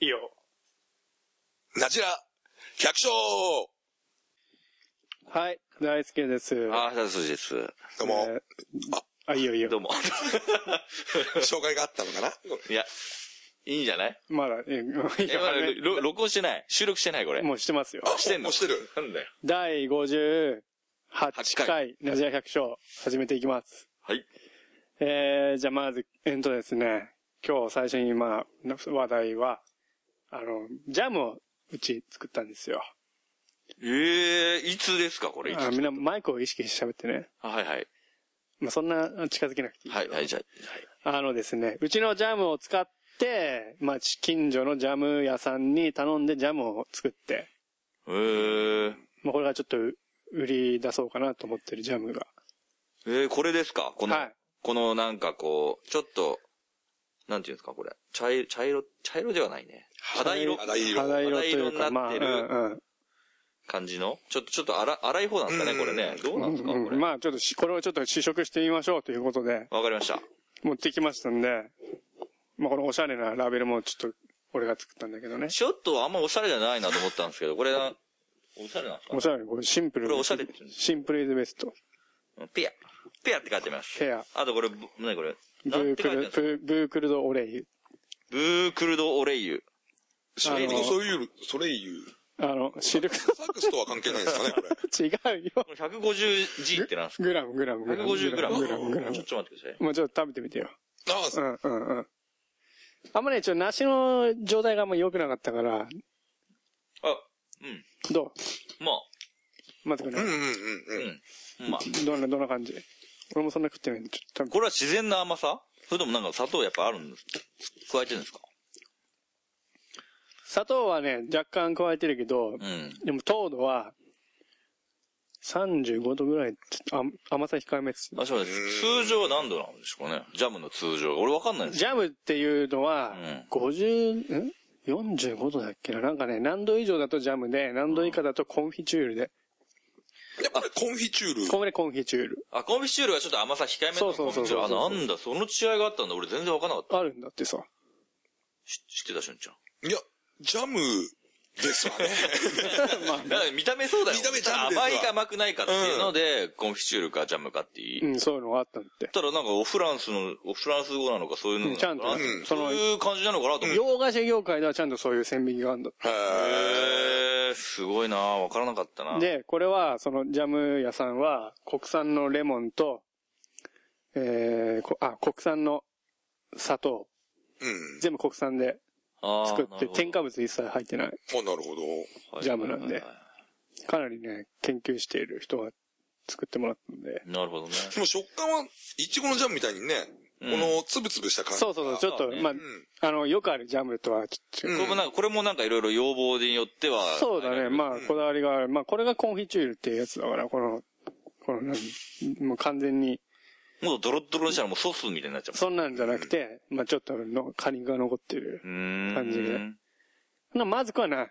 いいよ。ナジラ、百姓はい、大輔です。ああ、そうです。どうも、えーあ、いいよいいどうよ。 も。紹介があったのかないや、いいんじゃないまだ、 え、いいえ、よまだねろ録音してない。収録してない、これ。もうしてますよ。あしてんのもうしてる。なんだよ。第58八回、ラジア百姓、始めていきます。はい。えー、じゃあまず、えっとですね、今日最初に、まあ、話題は、あの、ジャムをうち作ったんですよ。ええいつですか、これ。いつあみんなマイクを意識して喋ってね。あはいはい。まあ、そんな近づけなくていい。はい、はい、じゃあのですね、うちのジャムを使って、まあ、ち近所のジャム屋さんに頼んでジャムを作って、あはい。えー、まあ、これがちょっとう売り出そうかなと思ってるジャムが。えー、これですかこの、はいこのなんかこう、ちょっと、なんていうんですか、これ。茶色、茶色、茶色ではないね。肌色肌色肌色という肌色か、にまなあ、っうてんるうん感じの。ちょっと、ちょっと荒、荒い方なんですかね、これね。どうなんですか、こうれ。ん。わまあ、ちょっとし、これをちょっと試食してみましょうということで、かりました。持ってきましたんで、まあ、このおしゃれなラベルもちょっと、俺が作ったんだけどね。ちょっとあんまおしゃれじゃないなと思ったんですけど、これな、おしゃれなんですかおしゃれ、これシンプル。これおしゃれですねシンプルイズベスト。ペア。ペアって書いてます。ペアあとこれ、ぶ何これ。ブなんーてク書いてあるル、んでブーブーすかクルドオレイユ。ブークルドオレイユ。シルクドソレイユ、ソレイユ。あの、シルク、サックスとは関係ないですかね、これ。違うよ。これ 150G ってなんですかグラム、グラム、グラム。 150グラム。グラム、グラムちょ。っと待ってください。もうちょっと食べてみてよ。あうーん、うん、うん。あんまね、ちょ、梨の状態があんま良くなかったから、あ、うん。どまあ、う待ってくうんれ。うんうんうん。うん。まあ。どんな、どんな感じ俺もそんな食ってみる。ちょっと食べこれは自然な甘さそれともなんか砂糖やっぱあるんです加えてるんですか砂糖はね、若干加えてるけどう、ん。でも糖度は、35度ぐらい、ちょっとあ甘さ控えめです。あ、そうです。通常は何度なんですかねジャムの通常。俺わかんないです。ジャムっていうのはうん、 50、ん ?45 度だっけななんかね、何度以上だとジャムで、何度以下だとコンフィチュールで。やっぱりコンフィチュール。これコンフィチュール。あ、コンフィチュールはちょっと甘さ控えめなそうそうそうそうコンフィチュールあ、なんだ、その違いがあったんだ。俺全然わかんなかった。あるんだって さ。し知ってた、しゅんちゃん。いや、ジャムですわね。だから見た目そうだよ。見た目ジャムですわ甘いか甘くないかっていうので、コンフィチュールかジャムかっていうい。ん、そういうのがあったんだって。たらなんかオフランスの、オフランス語なのかそういうのなのかなうんちゃんとねそそうのいう感じなのかなと思って。洋菓子業界ではちゃんとそういう線引きがあるんだ。へへー、すごいなわからなかったな。で、これは、そのジャム屋さんは、国産のレモンと、えー、こあ、国産の砂糖。ーうん。全部国産で作作って、添加物一切入ってない。あ、なるほど。ジャムなんでかなりね、研究している人が作ってもらったんで。なるほどね。でも食感は、イチゴのジャムみたいにね、うんこのつぶつぶした感じ。そうそうそう、ちょっそうと、ねまんあ、あの、よくあるジャムとはちょっと違う。これもなんか、これもなんかいろいろ要望によっては。そうだね、まあ、こだわりがある。まあ、これがコンフィチュールっていうやつだから、この、この何、もう完全に、あ。もうドロッドロにしたらもうソースみたいになっちゃう。そんなんじゃなくて、まあ、ちょっとの、果肉が残ってるう。ーん。感じでなまずくはない。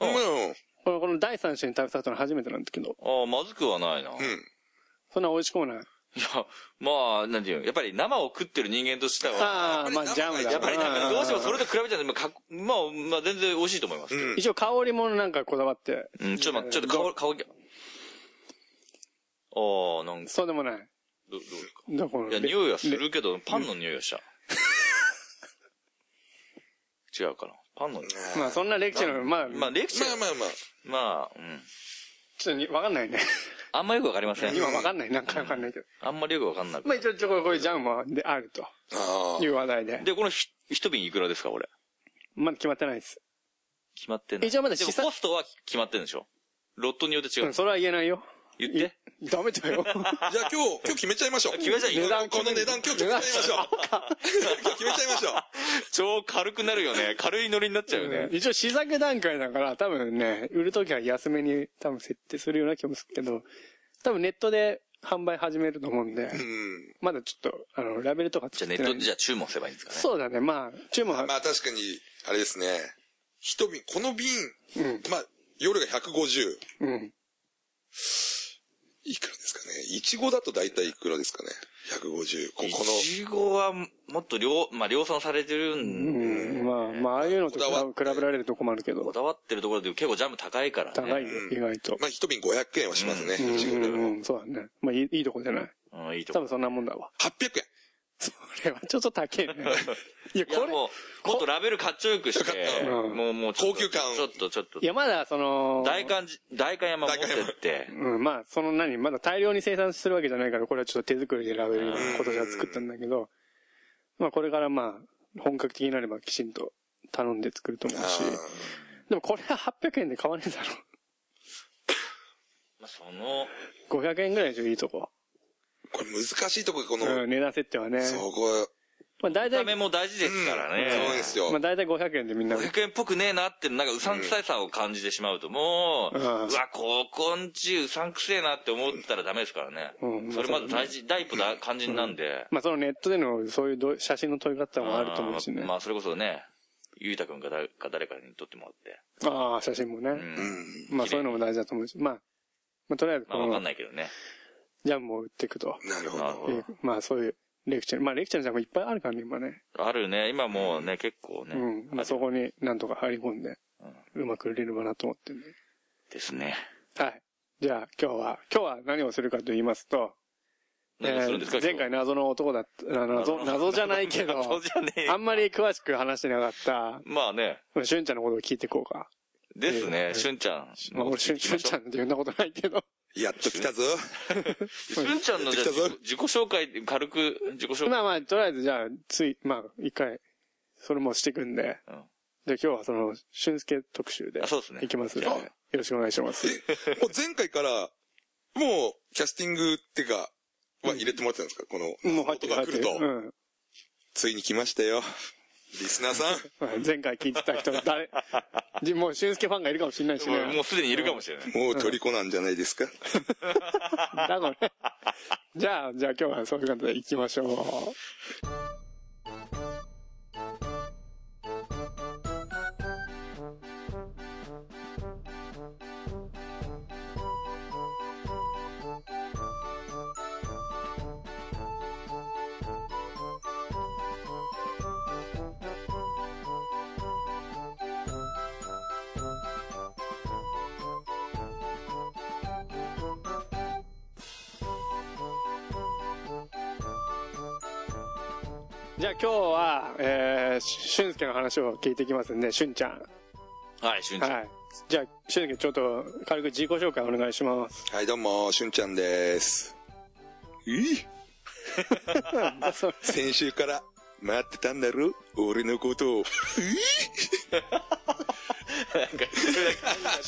うん。うん。この、この第三種に食べた後の初めてなんだけど、ああ、まずくはないな。いうん。そんな美味しくもない。や、まあ、なんていうの、やっぱり生を食ってる人間としては、ああ、やまっぱりあ、ジャムだやっぱりなんかどうしてもそれ。れと比べちゃうまあ、かっまあ、まあ、全然美味しいと思います。うん一応、香りもなんかこだわって。うん、ちょっと待って、ちょっと顔、顔、ああ、なんか、そうでもない。どどうですかだからいや、匂いはするけど、パンの匂いがした。違うかな。パンの匂い。まあ、そんなレクチャーの、まあ、まあ、レクチャまあー、まあまあ。まあ、うん。ちょっとにわかんないね。あんまよくわかりません。今わかんない。なんかわかんないけど。あんまりよくわかんなくまあ、一応、ちょ、これ、これジャムもであるとああい。う話題で。で、このひ一瓶いくらですか、これ。まだ決まってないです。決まってんの一応まだでも試作コストは決まってんでしょロットによって違う、。うんそれは言えないよ。言って。ダメだよ。じゃあ今日、今日決めちゃいましょう。決めちゃいい値段この値段今日決めちゃいましょう。今日決めちゃいましょう。超軽くなるよね。軽いノリになっちゃうよね。 一応試作段階だから、多分ね、売るときは安めに多分設定するような気もするけど、多分ネットで販売始めると思うんで、うん。まだちょっと、あの、ラベルとかじ作っゃあネてッなトい。でじゃあ注文すればいいんですかね。そうだね、まあ、注文は、まあ確かに、あれですね。一瓶、この瓶、まあ、夜が150。うん。いくらですかね。いちごだと大体いくらですかね。150。ここいちごはもっと量、まあ量産されてるんうん、まあままあ、ああいうのと比こだわってべ比べられると困るけこど、だわってるところで結構ジャム高いからね。高いよ、うん意外と。まあ、一瓶500円はしますね。うんうちのうルーんルはうん、そうだね。まあ、いいいいとこじゃない。うん、いい多とこ。分そんなもんだわ。 800円。それはちょっと高いね。いや、いや、これ、もう、もっとラベルかっちょよくして、うんもう、もうちょっと、高級感ちょっと、ちょっとい、や、まだその、大観寺、大観山持ってって、うん、まあ、その何、まだ大量に生産するわけじゃないから、これはちょっと手作りでラベル今年は作ったんだけど、まあ、これからまあ、本格的になればきちんと頼んで作ると思うあし、でもこれは800円で買わね えだまあ、その、ろ。500円ぐらいでしょ、いいとこ。ーこれ難しいとこ、この、うん、値段設定はね。そこ、まあ、大見た体、目まも大事ですからね。そうですよ。あ、大体500円でみんな、 500円っぽくねえなって、なんかうさんくさいさを感じてしまうと、もう、ううんわ、ここんちうさんくせえなって思ったらダメですからね。うんそれまず大事、第一歩だ、肝心なんで。まあ、そのネットでのそういうど写真の撮り方もあると思うしねん。まあ、それこそね、ゆうたくんが誰か誰かに撮ってもらって。ああ、写真もね。う。うんん。まあ、そういうのも大事だと思うし、まあ、まあ、とりあえずまこあ、わかんのないけどね。ジャムを売っていくと。なるほなるど。ほどえ。ーまあそういうレクチャー、まあレクチャーのジャンもいっぱいあるからね、今ね。あるね。今もうね、結構ね。うん。まあそこになんとか入り込んでうん、うまく売れればなと思ってるね。ですね。はい。じゃあ今日は、今日は何をするかと言いますと、何をするんですか、えー前回謎の男だった、あ謎、謎じゃないけ 謎ど、じゃねえあ。んまり詳しく話してなかった、まあね。しゅんちゃんのことを聞いていこうか。ですえねー。しゅんちゃん。まあ俺、しゅんしゅんちゃんって呼んだことないけど、やっと来たぞ。しゅんちゃんのじゃあ来たぞ自己紹介、軽く自己紹介。まあまあ、とりあえずじゃあ、つい、まあ一回、それもしていくんで、うんじゃあ今日はその、しゅんすけ特集であ、、そうですね。いきますんで、じゃよあろしくお願いします。もう前回から、もう、キャスティングってか、は入れてもらってたんですかこの、もう入ってる、入音がって来るる。と。うん。ついに来ましたよ。リスナーさ ん。前回聞いてた人、 誰、じもう俊介ファンがいるかもしれないしもうもねう。すでにいるかもしれない。もう虜なんじゃないですかだのね。 じゃあ、じゃあ今日はそういう感じで行きましょう。じゃあ今日は、えー、し俊介の話を聞いていきますんで、俊ちゃん。はい、しゅんちゃん。はい。じゃあ、俊介ちょっと軽く自己紹介お願いし ます。はい、どうも、しゅんちゃんです。いいそ先週から待ってたんだろ俺のことを。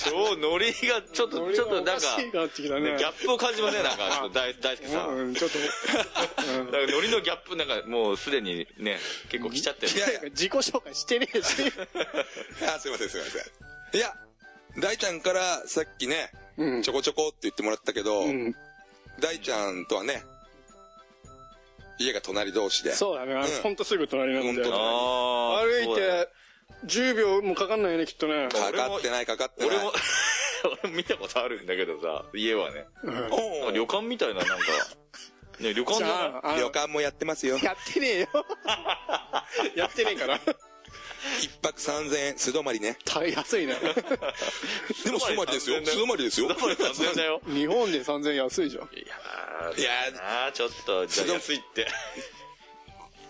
超ノリがちょっと、ちょっとなんか、おしいなってきたギね。ャップを感じませんなんか、ちょっと大大好きさん。うん、ちょっだからノリのギャップなんかもうすでにね、結構来ちゃってるい。やいやと、、自己紹介してねえし。 あ、すいません、すいません。いや、大ちゃんからさっきね、うんちょこちょこって言ってもらったけど、うん。大ちゃんとはね、家が隣同士で。そうだね。あのうんほんとすぐ隣なんだほんよと。あー歩いて、10秒もかかんないよね、きっとね。かかってない、かかって俺ないも。、 俺も見たことあるんだけどさ、家はね。うんおう旅館みたいな、なんか。ね、旅じ館 じゃゃなあ、あの旅館もやってますよ。やってねえ よ。やってねえから。一泊三千円、素泊まりね。た安いね。でも素泊まりですよ。素素泊まりですよ。いだから3000だよ。日本で3000円安いじゃん。いやいやー、なあちょっと、じゃあ安いって。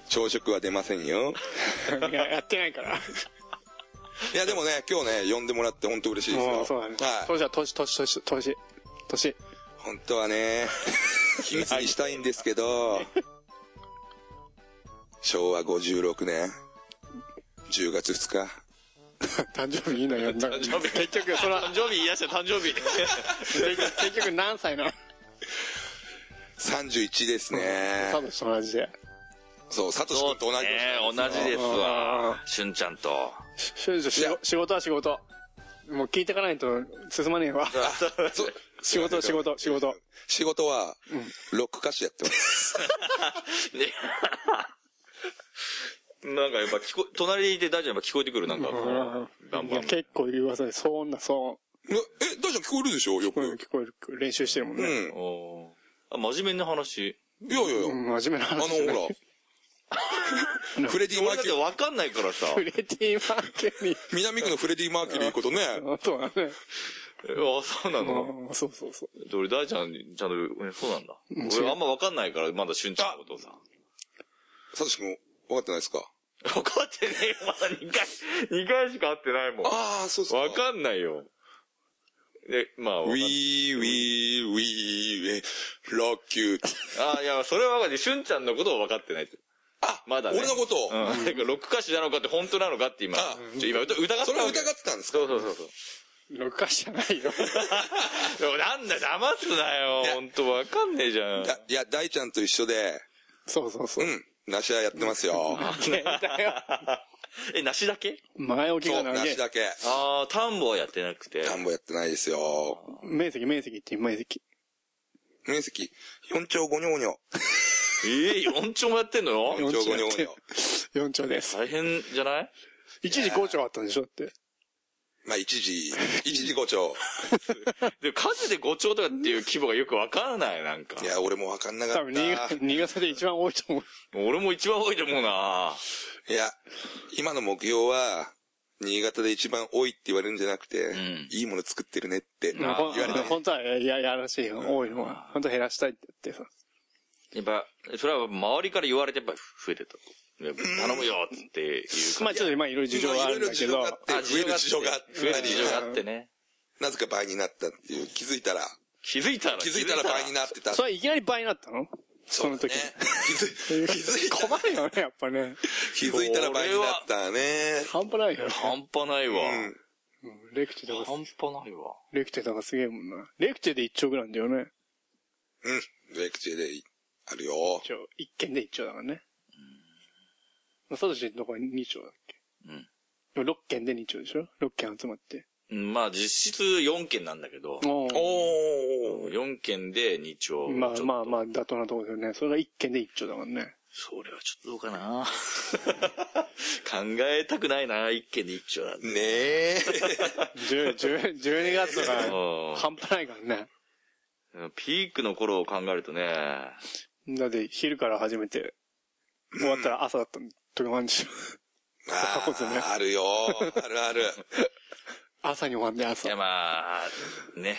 朝食は出ませんよ。いや、やってないから。いや、でもね、今日ね、呼んでもらって本当嬉しいですもよ。う、そうだね。はい。年は年、年、年、年、年。本当はね、秘密にしたいんですけど、昭和56年、10月2日。誕生日いいのよ。なんか誕生日結局、その、誕生日言い出した誕生日。結局結局何歳なの31ですサね。トシと同じで。そう、サトシ君と同じね年なん同じですわあ。しゅんちゃんと。しゅんしゅん仕事仕事は仕事。もう聞いてかないと進まねえわ。そう仕事、仕事、仕事。仕事は、ロック歌手やってます。ね なんかやっぱ聞こ、隣で大ちゃんやっぱ聞こえてくる、なんか。バンいバやン。結構言う噂で、騒音だ、騒音。うわ え、大ちゃん聞こえるでしょよく。うんう聞こえる。練習してるもんね。ん。おーあ、真面目な話。いやいやいやう。ん真面目なあの、話。ほら、 フレディ・マー俺だっキてュリー。わかんない からさ。フレディ・マーキュリー。南区のフレディ・マーキュリーことね。そうだね。えあ、そうなのうんそうそうそう。俺、大ちゃん、ちゃんと、えそうなんだ。ん俺、あんまわかんないから、まだしゅんちゃんの ことをさ。サトシ君、分かってないですか分かってねえよ、まだ2回、二回しか会ってないもん。わああ、そうそう。かんないよ。で、まあ、ウィー、ウィー、ウィー、ウィー、ロッキュー。ああ、いや、それは分かる。しゅんちゃんのことを分かってない。あ、まだね俺のことを。うん。だからロック歌手なのかって本当なのかって今、あちょ今疑疑ってたわそけれを疑ってたんですかそうそうそうそう。録画じゃないよ。でもなんだ、騙すなよ。本当わかんねえじゃん。だいや、大ちゃんと一緒で、そうそうそうう。ん、梨はやってますよ。え、梨だけ前置きそがう、長梨い。だけ。ああ、田んぼはやってなくて。田んぼやってないですよ。面積、面積って言う面積。面積、4兆5にょごにょ。ええ四丁もやってんのよ4兆5に四ょご兆にやょっ。4兆です。大変じゃない一時5兆あったんでしょって。まあ、一 時、一時5兆。で、数で5兆とかっていう規模がよくわからない、なんかい。や、俺も分かんなか多っ分、た。新潟い新潟で一番多いと思う。俺も一番多いと思うなや、今の目標は、新潟で一番多いって言われるんじゃなくて、んいいもの作ってるねって 言あほわんれた。本当は、いや、いやらしいよ。多いのは。本当は減らしたいって言ってさ。やっぱ、それは周りから言われてやっぱ増えてたと。やっぱ頼むよっていうか。まあちょっと、まあいろいろ事情はあるんだけどまあいろいろ事情があってあ増える事情があったり増える事情があってね。なぜか倍になったっていう、気づいたら、気づいたら気づいたら倍にななってた。それいきなり倍になったのその時ね。気づ気づい た困るよね、やっぱね。気づいたら倍になったね。半端ないよね。半端ないわ。うん。うんレクチェとか、半端ないわ。レクチェとかすげえもんな。レクチェで1兆ぐらいなんだよね。うん。レクチェであるよ。 1兆。1件で1兆だからね。まあサトシのとこは2兆だっうんけ。うん。6件で2兆でしょ ?6 件集まって。うんまあ実質4件なんだけど、おおー。 4件で2兆。まあまあまあ。あ、妥当なとこですよね。それが1件で1兆だからね。それはちょっとどうかな考えたくないな、1件で1兆なんて。ねえ。 10 10 12月とか、うん半端ないからね。ピークの頃を考えるとね、だって昼から始めて、終わったら朝だった時もあるんでしょ。まあ、あるよ。ある ある。朝に終わんでい朝。やまあ、ね、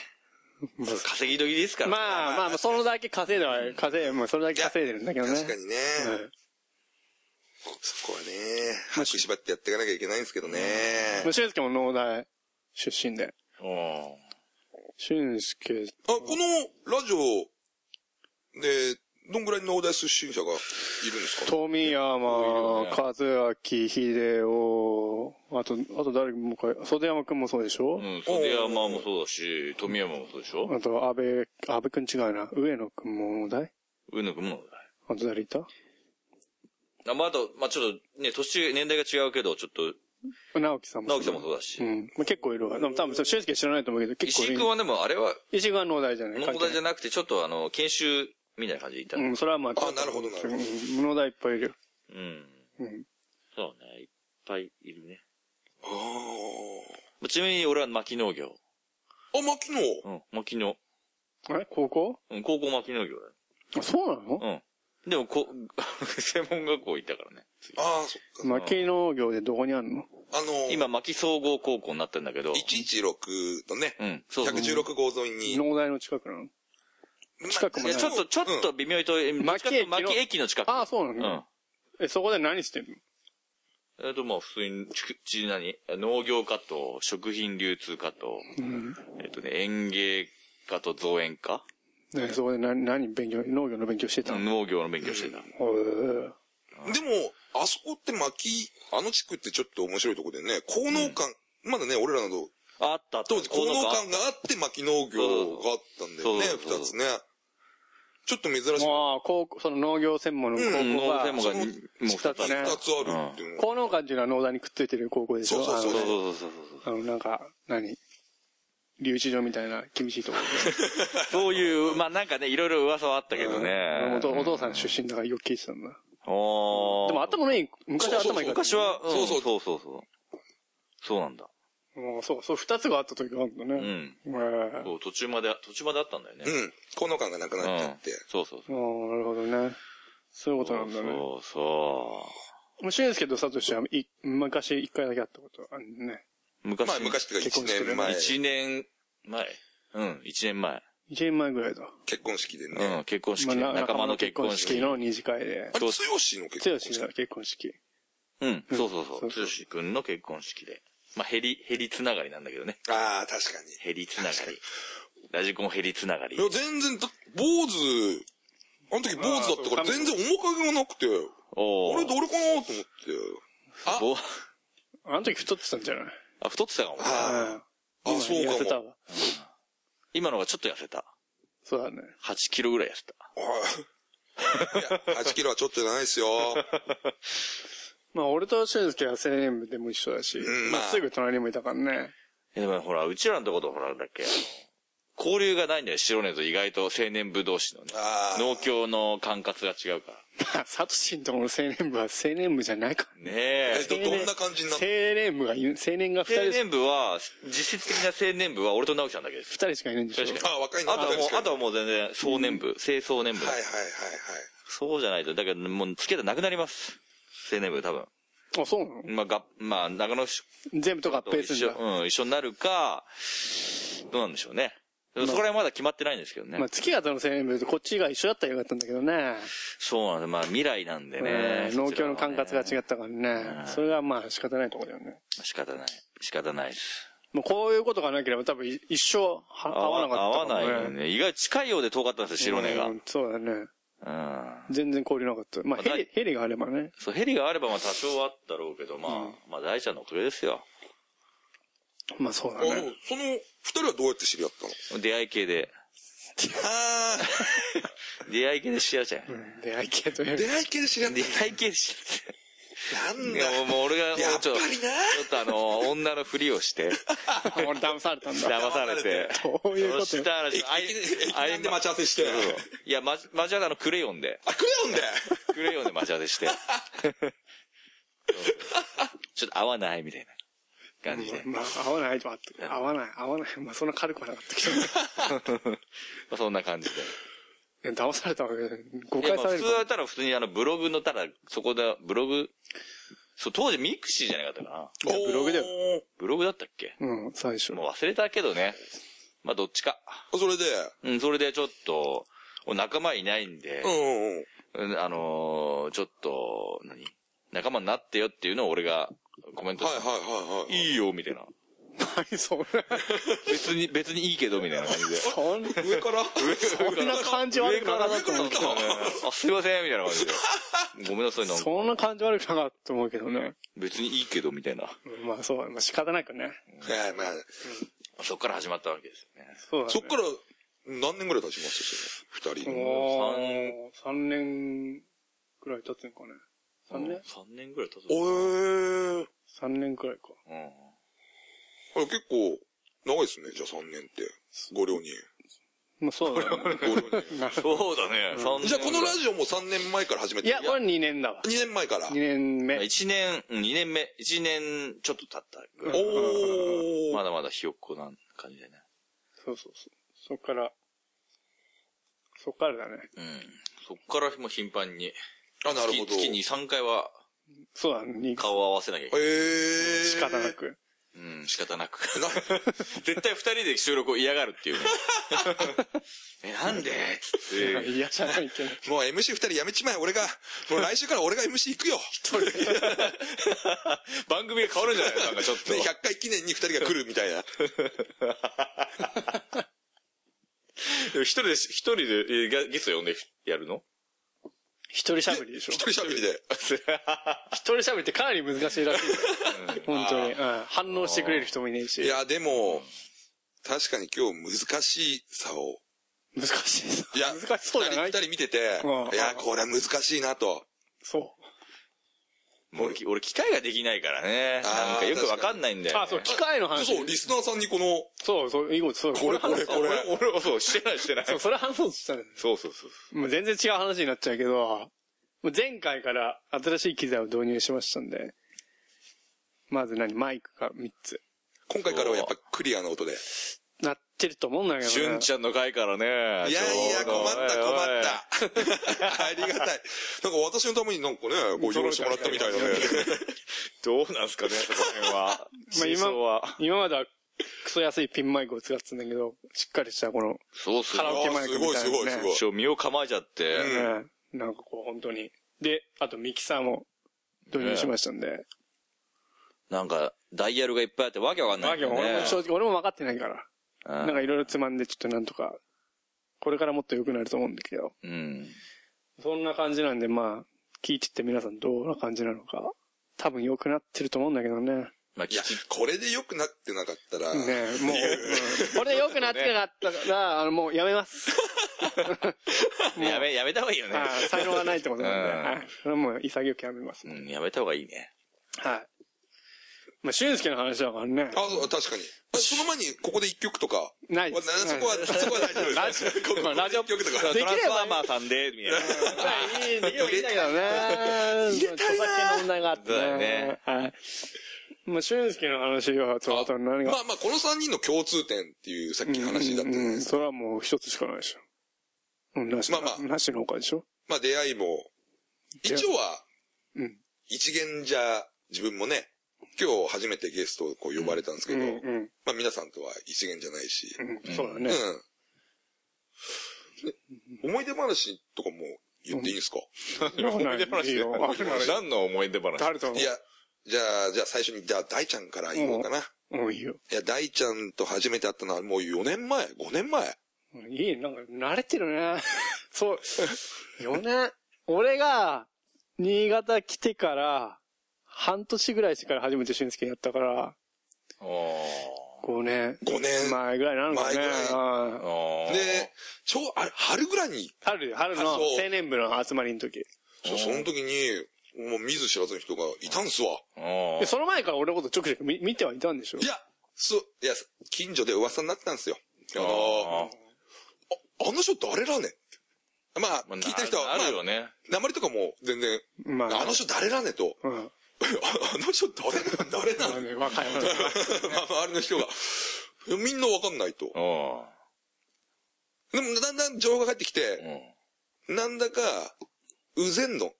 稼ぎ時ですから。まあまあまあ、そのだけ稼いでは、稼い、まあそれだけ稼いでるんだけどね。確かにね。うんそこはね、拍手縛ってやっていかなきゃいけないんですけどね。まあ、俊介も農大出身で。うん。俊介、あ、このラジオで、どんぐらい農大出身者がいるんですか富山、ね和明、秀夫、あと、あと誰もか、袖山くんもそうでしょ、うん、袖山もそうだし、富山もそうでしょあと、安倍、安倍くん違うな。上野くんも農大上野くんも。あと誰いたあまあ、あと、まあちょっとね、年、年代が違うけど、ちょっと、直樹さんも直樹さんもうそうだし。うん。まあ、結構いるわ。でも多分、俊介知らないと思うけど、結構石い井るくん。はでも、あれは、石井君は農大じゃない。問題じゃ関なくて、ちょっとあの、研修みたいな感じでいた。係ないうん、それはまあ、あなるほどなるほどうん農大いっぱいいるよ。うん。うん。そうね。いっぱいいるね。ああ。ちなみに俺は牧農業。あ、牧野。うん。牧農。あれ高校うん、高校牧農業あ、そうなのだよ。うん。でも、こ、 専門学校行ったからね。ああ、そっか。まあ、経農業でどこにあるのあの、今、牧総合高校になったんだけど。 116のね、うん。そうそう。 116号沿いに。農大の近くなのま近くもいや、ちょっと、ちょっうんと微妙にと、牧駅の牧駅の近く。ああ、そうなうの、ん。え、そこで何してんのえっと、まあ、普通に、ちち何農業科と、食品流通科と、うん。えっとね、園芸科と造園科ね、そこで何、何勉強、農業の勉強してたの、農業の勉強してた。おーでも、あそこって薪、あの地区ってちょっと面白いとこでね、効能感、まだね、俺らなど、あったあった。当時効能あった感があって薪農業があったんだよね、そうそうそう二つね。ちょっと珍しい。まあ、高校、その農業専門の高うん校が、農専門がに、もう二二つつねね。二つあるっていうの。高農館っていうのは農大にくっついてる高校でしょそうそうそうそそうそうそうあそう。の、あのなんか、何留置場みたいな厳しいところそういう、まあなんかね、いろいろ噂はあったけどで、ねお。父お父さん出身だからよく聞いてたんだ。おーでも頭のいい、昔は頭いいから。昔は、そうそうそうそうそう。そうなんだ。もうそう、そう、二つがあった時があるんだうね。ん。うん。あそう、途中まで、途中まであったんだよね。うん。効能感がなくなっちゃって。そうそうそう。あ、なるほどね。そういうことなんだね。もそうそうん俊介とサトシはい昔一回だけ会ったことあるね。う。昔。まあ昔っていうか結1婚して年る前、一年前。うん、一年前。 1年前ぐらいだ。結婚式でね。うん、結婚式ね、まあ仲間の結婚式。の二次会であ。れ、つよしの結剛婚式が結婚式。うん、そうそうそ。そううそう剛くんの結婚式で。まあ、ヘリ、ヘリつながりなんだけどね。ああ、確かに。ヘリつながり。ラジコンヘリつながりい。や、全然、だ坊主、あの時坊主だったからあーそう全然面影がなくて、あおお。れ誰かなと思って。あぼあの時太ってたんじゃないあ、太ってたかもね。あああ、あそう痩せかたも。わ。今のがちょっと痩せた。そうだね。 8キロぐらい痩せた。あいや、8キロはちょっとじゃないですよ。まあ俺と俊介は青年部でも一緒だし、んまあまあすぐ隣にもいたからね。 えでもほら、うちらのとことほら、なんだっけ、あの交流がないんだよ、白根と意外と青年部同士のね。あー農協の管轄が違うから。まあサトシんとこの青年部は青年部じゃないからね。ねええ。ど、どんな感じにな青った年部がいる、青年が二青人し年部は、実質的な青年部は俺と直樹さんだけです。二人しかいないんでしょ確かあ、若いあな、とはも確う、かあにとはもう全然、壮年部、清壮年部。はいはいはいそうじゃないと、だけどもう、つけたらなくなります。青年部多分。あ、そうなのまあ、が、まあ、長野市全部と合と併す一るん緒だ、。うん、一緒になるか、どうなんでしょうね。でもそこら辺まだ決まってないんですけどね。まあ月形の青年部とこっちが一緒だったらよかったんだけどね。そうなんです。まあ、未来なんでねね。農協の管轄が違う。ったからね。それがまあ仕方ないところだよね。仕方ない。仕方ないです。もうこういうことがなければ多分い一生は合わなかったかも合ね。わないよね。意外と近いようで遠かったんですよ、白根が。ううんん。そうだね。うん。全然交流なかった。まあまあヘリ、ヘリがあればね。そう、ヘリがあればまあ多少はあったろうけど、まあ、まあ大ちゃんのおかげですよ。まあそうだはい。あ、でね。も、その、二人はどうやって知り合 ったの出会い系で。あ出会い系で知り合っちゃう。うん出会い系というあ、よ出り会い系で知り合った出会い系で知なんりだ合っちゃう。もうもう俺がもうやっぱちょっと、ちりなょっとあの、女のふりをして、俺騙されたん だ。騙され て。どういうことよそしたら、あい、駅あい伝で待ち合わせして。そういや、ま、マジャダのクレヨンで。あ、クレヨンでクレヨンで待ち合わ せして。そうちょっと合わないみたいな感じで。ままあ合わないとあって。合わない、合わない。まあそんな軽くはなかったけどね。あそんな感じで。いや騙されたわけで誤いや解まさあれる普通かはらたら普通にあのブログのただ、そこでブログ、そう、当時ミクシーじゃなかったかな。いやブログだよよ。ブログだったっけうん、最初。もう忘れたけどね。まあどっちか。それで、うん、それでちょっと、お仲間いないんでう、んうんうん。うんあのーちょっと、何仲間になってよっていうのを俺がコメントはしいて、はいはいはい。い、いよ、みたいな。何それ。別に、別にいいけど、みたいな感じで。そんな、上からそんな感じ 悪くなかったと思うけどね。あ、すいません、みたいな感じで。ごめんなさい、なんか。そんな感じ悪くなかったと思うけどね。別にいいけど、みたいな。うんまあそうだね、まあ仕方なくね。ええまあ、そっから始まったわけですよね。そうだね。そっから何年ぐらい経ちますそれ二人。もう、三年くらい経つんかね。三年三年ぐらい経つ。おえー。三年くらいか。うん。あれ結構、長いですね、じゃあ3年って。ご両人。まあそうだね。ご両 人。そうだね、三年。じゃあこのラジオも3年前から始めいてや、これ二年だわ。 2年前から。二年目。一年、うん二年目、一年ちょっと経ったぐらい。おー。まだまだひよっこな感じだね。そうそうそう。そっから、そっからだね。うん。そっからもう頻繁に。あ、なるほど。月月に3回はそうだね。顔を合わせなきゃいけえない。ー。仕方な。く。うん、仕方なく。 絶対二人で収録を嫌がるっていうね。 え、なんでつって。嫌じゃないけど。もう MC2 人やめちまえ、俺が。もう来週から俺が MC 行くよ。番組が変わるんじゃ ないのなんかちょっとで、。100回記念に2人が来るみたいな。一人で、一人でえーゲスト呼んでやるの一人喋りでしょ。一人喋りで。一人喋りってかなり難しいらしい。本当に。うん反応してくれる人もいねえいし。や、でも、確かに今日難しさを。難しいさ。いや、難しそうじゃない二人二人見てて、うんいや、これは難しいなと。そもう俺き、俺、機械ができないからね。あーなんかよくわかんないんだう。よ、ね。あ、そう、機械の話。そう、リスナーさんにこの、そう、そう、いいこと、そう。これこれこれ。俺、俺はそう、してない、してない。そそうう、それ話そうとしたんだよそうそうそう。もう全然違う話になっちゃうけど、もう前回から新しい機材を導入しましたんで、まず何マイクが3つ。今回からはやっぱクリアな音で。なっってると思うんだけどしゅんね。ちゃんの回からね。いやいやいや、困った、困った。ありがたい。 なんか私のためになんかね、ご用意してもらったみたいなね。どうなんすかね、そこら辺は。まあ今真相は。今まではクソ安いピンマイクを使ってたんだけど、しっかりしたこの、そうっすカラオケマイクみ たいな、ね。すごいすごいすごい一応身を構えちゃって。うんうん。なんかこう本当に。で、あとミキサーも導入しましたんで。なんか、ダイヤルがいっぱいあってわけわかんなわいんけだもよね。俺も正直、俺も分かってないから。うんなんかいろいろつまんでちょっとなんとか、これからもっと良くなると思うんだけど。うん。そんな感じなんでまあ、聞いてって皆さんどんな感じなのか。多分良くなってると思うんだけどね。まあ、聞いやき、、これで良くなってなかったら、ねえもう、うんこれで良くなってなかったから、あの、もうやめます。 やめ、やめた方がいいよね。ああ才能がないってことなんで。うんはい。それはもう潔くやめます。うん、やめた方がいいね。はい。まあ、俊介の話だからね。あ、そう確かに。あその前に、ここで一曲とか。ないでわすなそこは、そこは大丈夫です。ここここでラジオ一曲とか。できればトランスファーマーさんで、みたいな。いい、できればいいんだけどね。お酒の問題があってそうだよね。はい。まあ、俊介の話は、その後に何が。まあまあ、この三人の共通点っていうさっきの話だったじゃないうんですか。それはもう一つしかないでしょ。うん、なし。まあまあなしの他でしょ。まあ出会いも、出会い一応は、うん。一元じゃ、自分もね、今日初めてゲストをこう呼ばれたんですけうど、ん、うん、まあ皆さんとは一元じゃないし、うん。そうだうね。ん。で思い出話とかも言っていいんですか、 思い出話いいよ 何の思い出話誰ともいや、じゃあ、じゃあ最初に、じゃあ大ちゃんから行こうかな。もういいよ。いや、大ちゃんと初めて会ったのはもう4年前 ?5 年前いい、なんか慣れてるね。 そう。4年。俺が、新潟来てから、半年ぐらいしてから初めて俊介やったから、お5年。五年前ぐらいなのかね。前ぐらいーあおーで、ちょう、あれ、春ぐらいに、春よ、春のあ青そう年部の集まりの時。そその時に、もう見ず知らずの人がいたんすわ。おでーその前から俺のことちょくちょく見見てはいたんでしょいや、そう、いや、近所で噂になってたんですよ。あのあーあの人誰らねんまあ、ー聞いた人は、ななるまあ、よね。鉛とかも全然、まあ。あの人誰らねと、 うん。ああの人誰なん誰 なまんあね、若い。まあ周りの人が。みんなわかんないと。おでも、だんだん情報が入ってきーて、うんなんだか、うぜんの。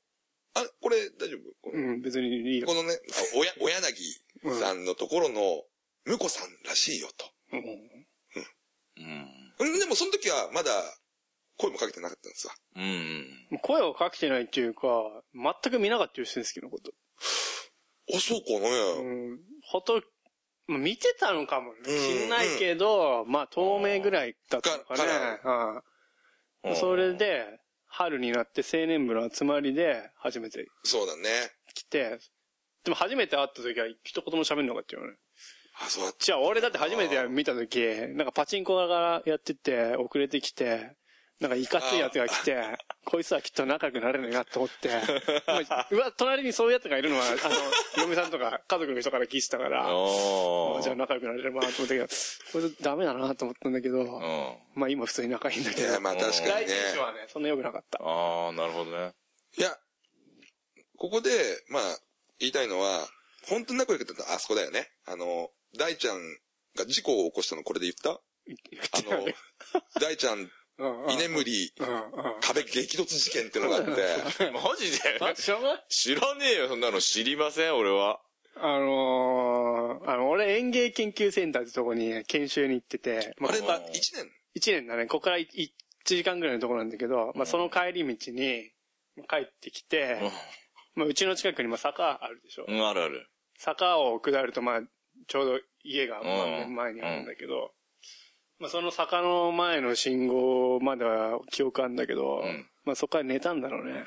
あ、これ、大丈夫こうのん、別にいいよこ。のね、あおや、おやなぎさんのところの、むこさんらしいようんうん。と。んでも、その時は、まだ、声もかけてなかったんですわ。うん。声をかけてないっていうか、全く見なかったよ、俊介のこと。あ、そうかね。うんほと、まあ見てたのかもね。うん知んないけど、まあ透明ぐらいだったのかねかうん。それで、春になって青年部の集まりで初めてそうだね。来て、でも初めて会った時は一言も喋んなかったよね。あ、そうだっじゃあ俺だって初めて見た時、なんかパチンコがやってて、遅れてきて、なんかいかついやつが来て、こいつはきっと仲良くなれるなと思って、うわ、隣にそういうやつがいるのは、あの、嫁さんとか家族の人から聞いてたから、おあーじゃあ仲良くなれればなと思ったけど、これダメだなと思ったんだけど、うん。まあ今普通に仲いいんだけた。いや、ど、まあ確か第に一ね。印象はね、そんな良くなかった。ああ、なるほどね。いや、ここで、まあ、言いたいのは、本当に仲良くなったのはあそこだよね。あの、大ちゃんが事故を起こしたのこれで言ったあの、大ちゃん、 うんうん居眠り、うんうん。壁激突事件ってのがあって、 マジでだってしょうがない知らねえよ、そんなの知りません、俺は。あのー、あの、俺園芸研究センターってとこに研修に行ってて、まああ、れ、こまあ、1年。一年だね、ここからい一時間ぐらいのところなんだけど、まあその帰り道に、帰ってきて、まあうちの近くにまあ坂あるでしょ。うん、あるある。坂を下ると、まあ、ちょうど家がまあうん前にあるんだけど、まあ、その坂の前の信号までは記憶あるんだけど、うんまあ、そこから寝たんだろうね。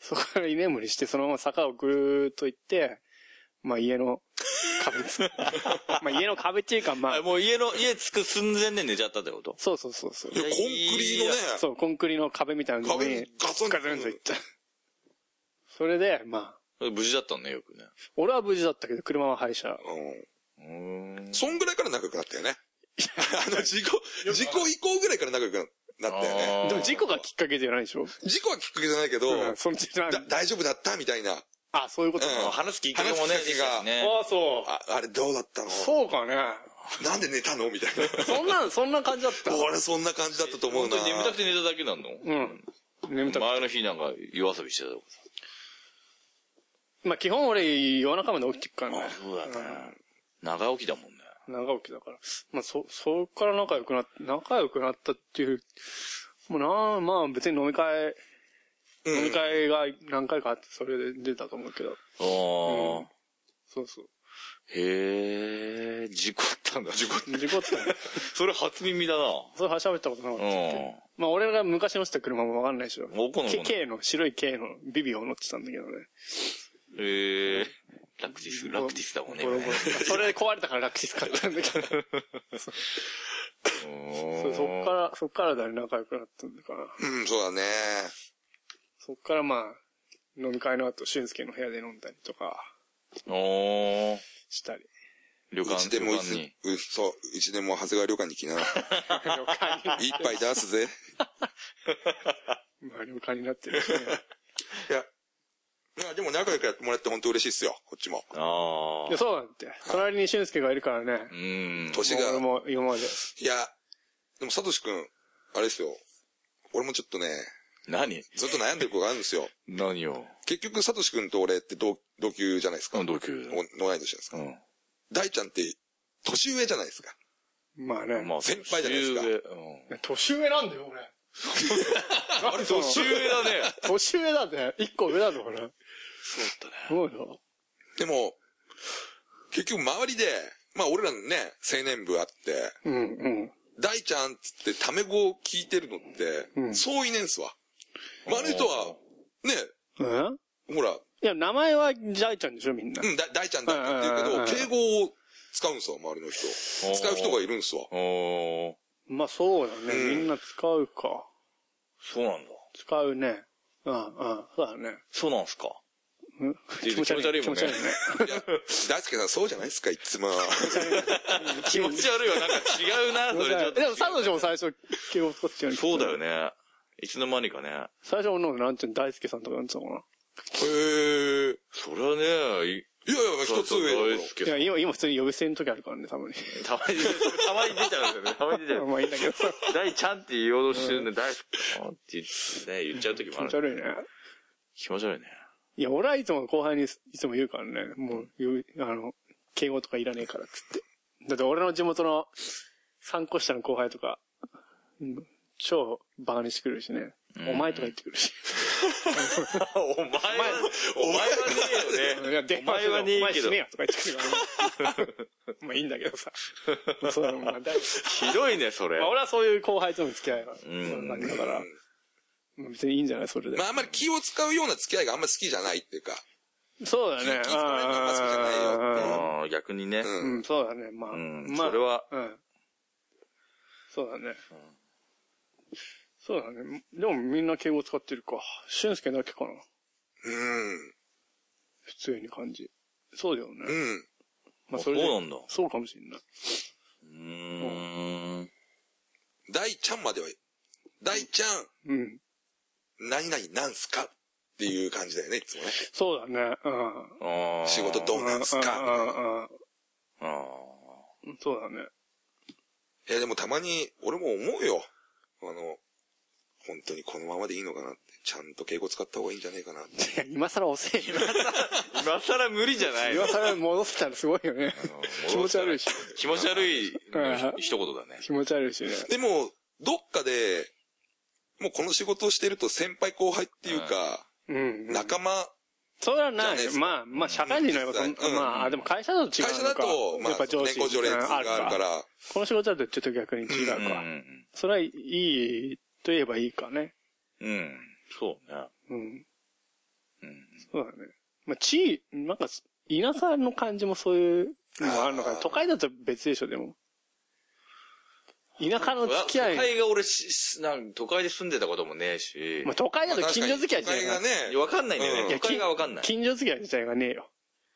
そこから居眠りして、そのまま坂をぐるーっと行って、まあ、家の壁つ、まあ、家の壁っていうか、まああ、もう家の、家着く寸前で寝ちゃったってことそうそうそうそうい。や、コンクリのね、そう、コンクリの壁みたいなの壁にに、ガツンガツンと行った。それで、まあ、無事だったんだよ、よくね。俺は無事だったけど、車は廃車。ううーんん。。そんぐらいから仲良くなったよね。 あの、事故、事故以降ぐらいから仲良くなったよね。でも事故がきっかけじゃないでしょ事故はきっかけじゃないけど、うんそっちなんだ大丈夫だったみたいな。あ、そういうことか。うんあー話すきっかけもね、話すきっかけができたしねあ、そあ、あれどうだったのう。そうかね。なんで寝たのみたい な。そんな、そんな感じだった。俺そんな感じだったと思う本な当。に眠たくて寝ただけなのうん。眠たく前の日なんか夜遊びしてたとかさ。まあ基本俺夜中まで起きてっからね。そうだね。長起きだもんね。長起きだから。まあそ、そっから仲良くな、仲良くなったっていう、もうなあ、まあ別に飲み会、うん飲み会が何回かあって、それで出たと思うけど。あー。そうそう。へえ、事故ったんだ。事故っ事故ったね。それ初耳だな。 それは喋ったことなかったっけうまあ俺が昔乗ってた車もわかんないでしょ。ん。おこの子 K の。 K の、白い K のビビを乗ってたんだけどね。へえ。ラクティス、ラクティスだもんね。ボロボロ今ねそれで壊れたからラクティス買ったんだけど。そうそっから、そっからだね、仲良くなったんだから。うん、そうだね。そっからまあ、飲み会の後、俊介の部屋で飲んだりとかおー。したり。旅う館、ちでもう旅館にち。、うそう、うちでも長谷川旅館に 来な。 旅館に、一杯出すぜ。まあ旅館になってるしね。いや、いや、でも仲良くやってもらって本当嬉しいっすよ、こっちも。あいやあ。そうなんだって。隣に俊介がいるからね。うん。年が。俺も今まで。いや、でも、サトシ君、あれですよ。俺もちょっとね、何ずっと悩んでる子があるんです よ。何を結局、サトシ君と俺って同同級じゃないですか。うん同級だお同い年じゃないですか。うん。大ちゃんって、年上じゃないですか。まあね。まあ、先輩じゃないですか年上うん。年上なんだよ、俺。 あれ、年上だね。年上だぜ。一個上だぞ、俺。そうだね。そうよ。 でも、結局、周りで、まあ、俺らのね、青年部あって、うんうん。大ちゃんっつってタメ語を聞いてるのって、うんそういねんすわ。まあ、あの人は、ね、うんほら、いや、名前はジャイちゃんでしょ、みんなう。ん、だ大ちゃんだって言うんうんうんううんけど、敬語を使うんすわ、周りの人。使う人がいるんすわ。おー。まあそうだうね。んみんな使うか。そうなんだ。使うね。うんうん。そうだね。そうなんすか。うん気持ち悪いもんね気 持ち悪いね。いや、大輔さんそうじゃないですか、いつも。気持ち悪いわ。なんか違うな、それちょっと。でも、サトシも最初、敬語使ってたよね。そうだよね。いつの間にかね。最初の、なんちゅうの大輔さんとかなんちゃうのかへえ。それはね、いいやいや、一つ上だから大好きな。いや、今、今普通に呼び捨ての時あるからね、たまに。たまに、たまに出ちゃうんですよね。たまに出ちゃう。まあいいん だけどさ。大ちゃんって言おうとしてるんで、大好きって言ってね、言っちゃう気時もあ持ちる。悪いね。気持ち悪いね。いや、俺はいつも後輩にいつも言うからね。もう、呼びあの、敬語とかいらねえから、つって。だって俺の地元の3個下の後輩とか、うん超バカにしてくるしね。お前とか言ってくるし。お前は、お前はねえよね。いやでお前はねえけどお前死ねよとか言ってくるからね。まあいいんだけどさ。そうだもんな。だいぶひどいね、それまあ。俺はそういう後輩との付き合いは、そんんな感じだから。まあ別にいいんじゃないそれでま。あ、あんまり気を使うような付き合いがあんまり好きじゃないっていうか。そうだね気。使われるのは好きじゃないようん逆にね。ううんん。うん、そうだね。まあ、うんまあ、それはうん。そうだね。そうだね。でもみんな敬語使ってるか。俊介だけかな。うん。普通に感じ。そうだよね。うん。まああそれでそうなんだそうかもしんない。うーん。大ちゃんまでは、大ちゃん、うん。何々なんすかっていう感じだよね、いつもね。そうだね。うん。あー仕事どうなんすうんかうんうんあーうんそうだね。いや、でもたまに、俺も思うよ。あの、本当にこのままでいいのかなって。ちゃんと敬語使った方がいいんじゃないかなっいて。や、今更遅いよ。今更無理じゃない今更戻せたらすごいよね。気持ち悪いし。気持ち悪いうん一言だね。気持ち悪いしね。でも、どっかで、もうこの仕事をしてると先輩後輩っていうか、うん。仲間、それはなじゃあい。ねまあ、まあ、社会人のやっぱそん、うんまあ、あでも会社だと違う会の社か。だと、まあ、やっぱ上司年功序列があるか。ら、この仕事だとちょっと逆に違ううか。ん。それはいいと言えばいいかね。うん。そうね。うん。うん。そうだね。まあ、地位、なんか、田舎の感じもそういうのもあるのかなあー都会だと別でしょ、でも。田舎の付き合都い。会が俺し、しなん都会で住んでたこともねえしまあ、、都会だと近所付き合いじゃまあ確かに都会がね、わかんないんだようんいね。や都会がわかんない。近所付き合い自体がねえよ。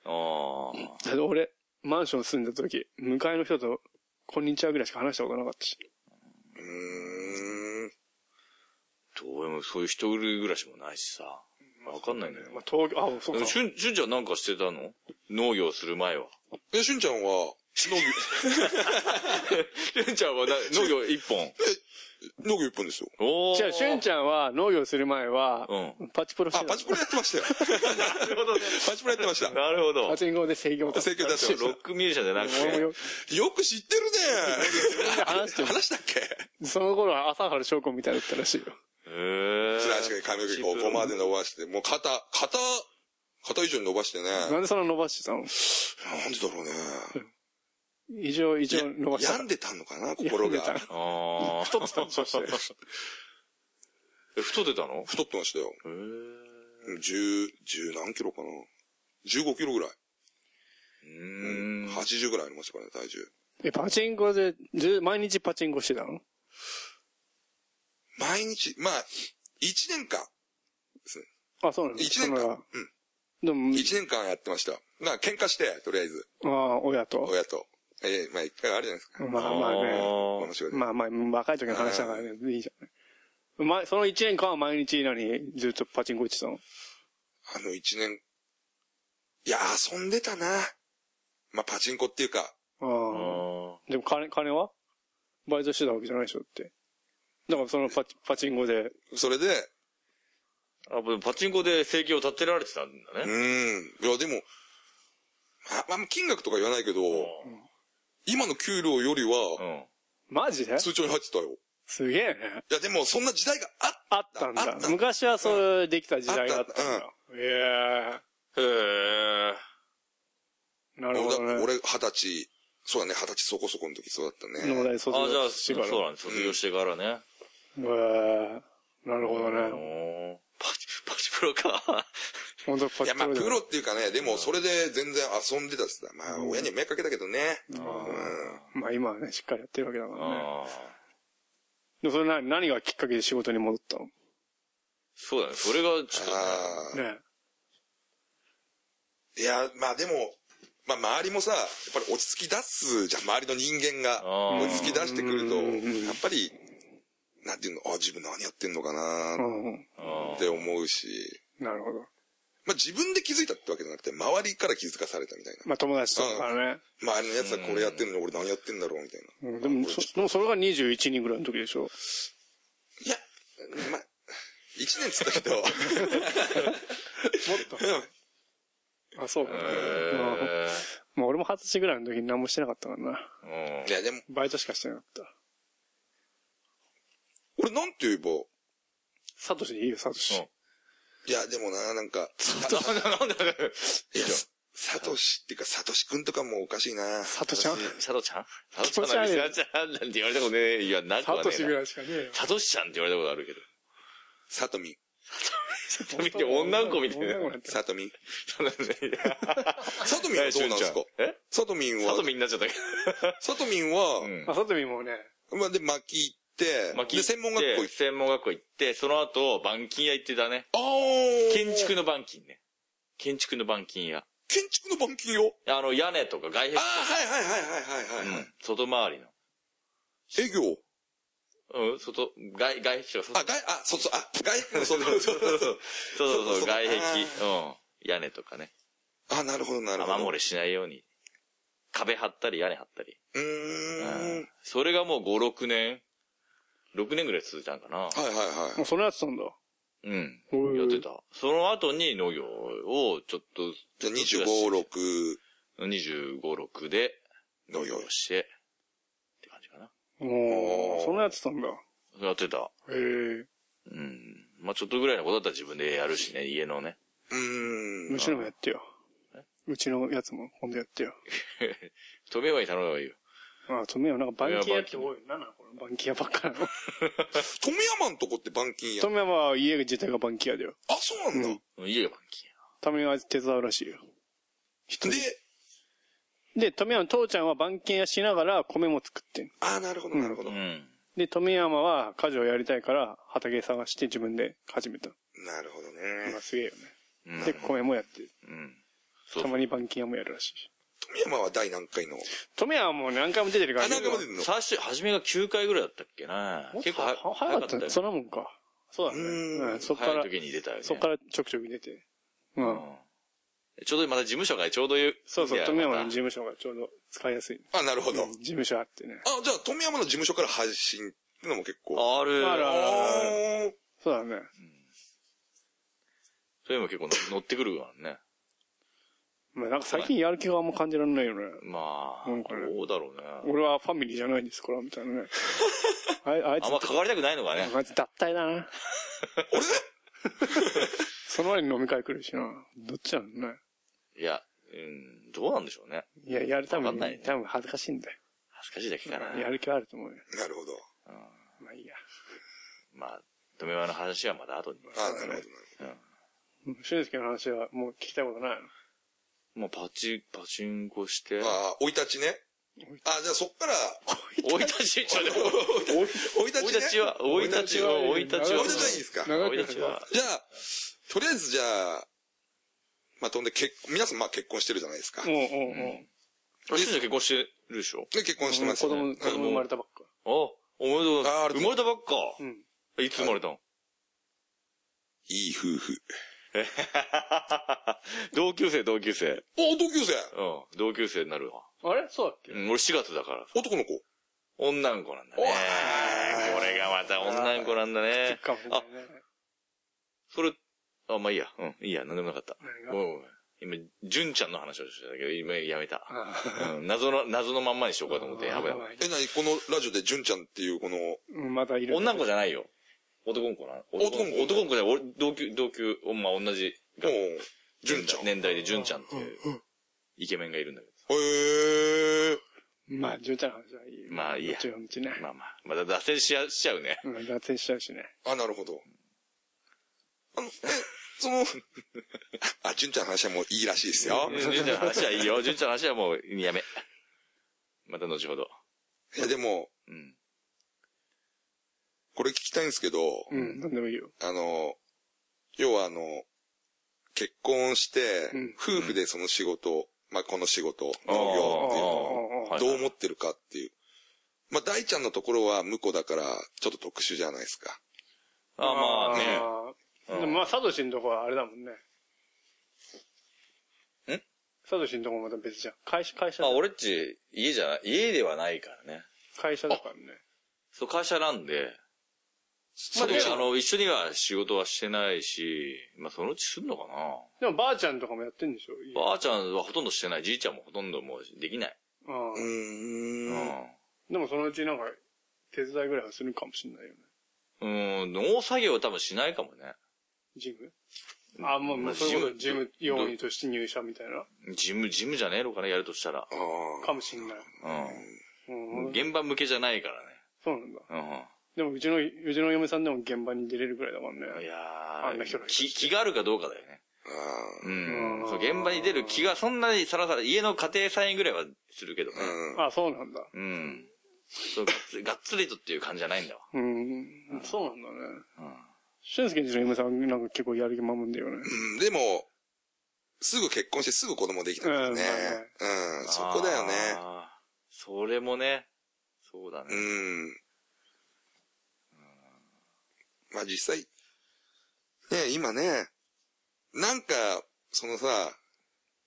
あだって俺、マンション住んだ時、向かいの人と、こんにちはぐらいしか話したことなかったし。うーん。あ。どうもそういう一人暮らしもないしさ。わかんないんだよ。まあ、東京、あ、そうでかも、。しゅん、しゅんちゃんなんかしてたの農業する前は。え、しゅんちゃんは、農業、 しゅんちゃんはな農業一本。農業一本ですよ。おー。じゃあ、しゅんちゃんは農業する前は、うパチプロしてあ、たパチプロやって ましたよ。なるほどね。パチプロやってました。なるほど。パチンコで制御請求出してまロしックミュージシャンじゃなく俺もよて。た。よく知ってるね。話してる話したっけその頃は朝原翔子みたいだったらしいよ。へーそれ確かに髪の毛こうここまで伸ばして、もう肩、肩、肩以上に伸ばしてね。ななんでそんな伸ばしてたのんでだろうね。異常、異常伸ばしてた病んでた のかな、心病んがで。あー。太ってたのそして。え太ってたの太ってましたよ。へー十、十何キロかな。15キロぐらい。ううーん。 80ぐらいありましたからね、体重。え、パチンコで、ず毎日パチンコしてたの毎日、まあ、1年間。あ、そうなの一年間そのでも、 1年間やってました。まあ、喧嘩して、とりあえず、ああ、親と。親と。ええまあ、一回あるじゃないですか。まあまあね。この仕事で。まあまあ、若い時の話だからね、いいじゃん。ま、その一年間は毎日何ずっとパチンコ行ってたのあの1年、いや、遊んでたな。まあ、パチンコっていうか、ああーあ。でも金、金はバイトしてたわけじゃないでしょって。だからそのパチパチンコで、それで、あ、でもパチンコで生計を立てられてたんだうね。ーん。いや、でも、あ、まあ、金額とか言わないけど、今の給料よりうは、ん。マジで通帳に入ってたよ。すげえね。いや、でも、そんな時代があっあったんあだっ。た昔はそうできた時代があったんだあっ。えへえ。え。なる俺ほだどね。俺、二十歳、そうだね、二十歳そこそこの時そうだったね。農大あ、卒じゃ業あ、してそうから。なんです。卒業してからね。うわーなるほどね。ね。パチ、パチプロか。本当パチいや、まあ、プロだプロっていうかね、でも、それで全然遊んでたっすなまあ、親には迷惑かけたけどね。まあ今はね、しっかりやってるわけだからね。ああ。でもそれ何何がきっかけで仕事に戻ったのそうだね。それが、ちょっとね、あねあ。いや、まあ、でも、まあ、周りもさ、やっぱり落ち着き出すじゃん、周りの人間あが。ー落ち着き出してくると、うんうんうんやっぱり、なんていうの、あ、自分何やってんのかうなっん。あて思うし、なるほど。まあ、自分で気づいたってわけじゃなくて、周りから気づかされたみたいな。まあ友達とかからね。周りのやつはこれやってんのに俺何やってんだろうみたいな。うんでもそ、でもそれが21人ぐらいの時でし ょ。いや、まあ、一年つったけ ど、もっと。あ、そうか。うー。んへまあ俺も二十歳ぐらいの時に何もしてなかったからな。え。いや、でも、バイトしかしてなかった。俺なんて言えば、サトシでいいよ、サトシ。いや、でもな、なんか、うん。 なんだなんだいや、サトシっていうか、サトシくんとかもおかしいな。サトちゃん佐藤ちゃん気持ち悪い佐藤ちゃんなんて言われたことねえ。いや、なくサはねトシぐえな。らいしかねえよ。佐藤ちゃんって言われたことあるけど。 サトミン。佐藤って女の子みたい女の子な。なんてサトミン。そうなんだよサトミンはどうなんですかえサトミンは佐藤、みんなっちゃったけサトミンはど。う、んあ、サトミもね、まあ、で、巻き行まっあ、て、で、専門学校行って。専門学校行って、その後、板金屋行ってたね。あー建築の板金ね。建築の板金屋。建築の板金よ。あの、屋根とか外壁あー、はいはいはいはいはいはい。うん外回り営業。の。うん、外、外、外壁とか、あ、外、外、あ、そうそう、あ、 外壁の、そうそうそうそうそう。そうそうそそうう、外壁、うん、屋根とかね。あ、なるほどなるほ雨漏ど。れしないように。壁張ったり、屋根張ったり。うーうんん。それがもう5、6年 ?6 年ぐらい続いたんかな。はいはいはもうそのやつなんだ。うん。おーやってた。その後に農業をちょっと、い。じゃあ25、6 25、6でのよ農業して、って感じかな。おーそのやつなんだ。やってた。へえ。うん。まあちょっとぐらいのことだったら自分でやるしね、家のね。うーん。うちのもやってよ。うちのやつも今度やってよ。止めばいい、頼めばいいよ。あ、とめよ、なんかバンキーやって多いよ。なんなのこのバンキーやばっかなの。富山んとこって板金やと。めは家自体がバンキーやだよ。あ、そうなんだ。家が板金ためは手伝うらしいよ。で、で、富山の父ちゃんは板金やしながら米も作ってん。あー、なるほどなるほど。う。なんで、富山は家事をやりたいから畑探して自分で始めた。るほどまねあ。すげえようね。んで、。米もやってる。うん。そうたそまう。に板金屋もやるらしい。富山は第何回の富山はもう何回も出てるからあ、。何回も出てんの最初、初めが9回ぐらいだったっけなもっと結構はは早早かかっったたよね。。そんなもんか。そうだね。うーんうん、そっか早らい、時に出たよね。そっからちょくちょく出て。う。うんん。ちょうどまた事務所がちょうどいう。そうそう、いや富山まのた事務所がちょうど使いやすい。あ、なるほど。うん事務所あってね。あ、じゃあ、富山の事務所から配信ってのも結構。ある。あるあるあーそうだね。そういうのも結構乗ってくるからね。まあなんか最近やる気があんま感じられないよね。まあ、なんかねどうだろうね。俺はファミリーじゃないんですから、みたい なね。あいあいつあん、ま関わりたくないのかね。あいつ脱退だな。俺 その前に飲み会来るしな。どっちなのね。いや、うん、どうなんでしょうね。いや、やるためわかんないに、ね多分恥ずかしいんだよ。恥ずかしいだけかな。やる気はあると思うよ。なるほど。まあいいや。まあ、富山の話はまだ後に。あーなるほど、なるうん俊介の話はもう聞きたいことないもうパチ、パチンコしてほど。、ああ、生い立ちね。あ、じゃあそっから、追い立ち、ちょっと待っての。 生い立ち、ね。追い立ちは、 追い立ちは、追い立ち生は、い立ちはいいですかじゃ長追い立ちは、あ、とりあえずじゃあ、まあ、飛んで結、皆さんまあ結婚してるじゃないですか。もう、で、もう、もあ、しんちゃん結婚してるでしょ結婚してう。もうます子よね。供、子供生まれたばっか。あ、おめでとうございああまりす。がとう生まれたばっか。うん。いつ生まれたのいい夫婦。 同級生、同級生。お、同級生うん、同級生になるわ。あれそうだっけうん、俺4月だから。男の子。女の子なんだね。これがまた女の子なんだそっね。かもしれないね。それ、あ、まあいいや。うん、いいや、なんでもなかった。何がごめんごめん。今、純ちゃんの話をしてたけど、今やめた。あうん、謎の、謎のまんまにしようかと思って、やばいやばい。え、なに、このラジオで純ちゃんっていうこの、うんまだいる。女の子じゃないよ。男の子な。男の子男の子じゃない。俺同級、同級、まあ同じもう、純ちゃん。年代で純ちゃんっていう、イケメンがいるんだけへえ。まあ、純ちゃんの話はいいよ。まあいいやどっちもどっちねど。。まあまあ、まだ脱線しやしちゃうね。うん、脱線しちゃうしね。あ、なるほど。あの、え、その、あ、純ちゃんの話はもういいらしいですよ。純ちゃんの話はいいよ。純ちゃんの話はもう、やめ。また後ほど。いや、でも、うん。これ聞きたいんですけど、うん、なんでもいいよ。あの、要はあの、結婚して、うん夫婦でその仕事を、まあ、この仕事、農あ業っていうのをあ、ああ、はいどう思ってるかっていう。まあ、大ちゃんのところは婿だから、ちょっと特殊じゃないですか。あまあーでもまあ、サトシのとこはあれだもんね。んサトシのとこもまた別じゃん。会社、会社あね。まあ、、俺っち、家じゃない、家ではないからね。会社だからね。そう、会社なんで、まあでも、あの、一緒には仕事はしてないし、まあそのうちすんのかな。でも、ばあちゃんとかもやってんでしょばあちゃんはほとんどしてない。じいちゃんもほとんどもうできない。ああうー。うんん。でも、そのうちなんか、手伝いぐらいはするかもしれないよね。うん、農作業は多分しないかもね。ジムあ、もう、もうそれこそジム用にとして入社みたいな。ジム、ジムじゃねえのかな、やるとしたら。あかもしんない。うん。うん。現場向けじゃないからそうなんだ。ね。でも、うちの、うちの嫁さんでも現場に出れるぐらいだもんね。うん。いやあんな人ーらいるし気、気があるかどうかだよね。ーあうんうん。そう、現場に出る気がそんなにさらさら、家の家庭菜園ぐらいはするけどね。ー。うん。あ、そうなんだ。うん。そう、がっつり、がっつりとっていう感じじゃないんだわ。うん。そうなんだね。うん。俊介んちの嫁さんなんか結構やる気満々だよね。うんでも、すぐ結婚してすぐ子供できたからね。うん、そこだよね。あー。それもね。そうだね。うん。まあ実際、ね今ね、なんか、そのさ、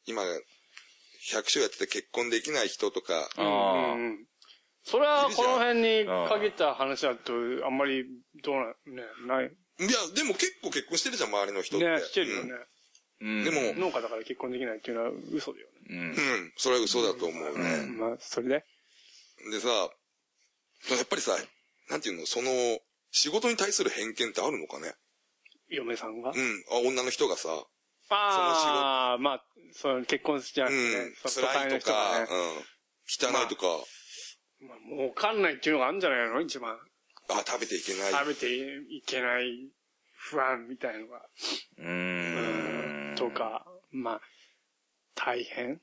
今、100周やってて結婚できない人とか、あーうんうんうんそれはこの辺に限った話だと、あんまりどうなん、ね、ない。いや、でも結構結婚してるじゃん、周りの人って。ね、してるよね。うんでも農家だから結婚できないっていうのは嘘だようんうん。うん、それは嘘だと思うね。ね。まあ、それで。でさ、やっぱりさ、なんていうの、その、仕事に対する偏見ってあるのかね嫁さんが。うん、あ女の人がさ、ああ、まあ、その結婚じゃなうくてんね、、その都会の辛いと人か、がうんね。、汚いとか、まあ、もうわかんないっていうのがあるんじゃないの一番。あ、食べていけない。食べていけない不安みたいのが。うーん。と。か、まあ、大変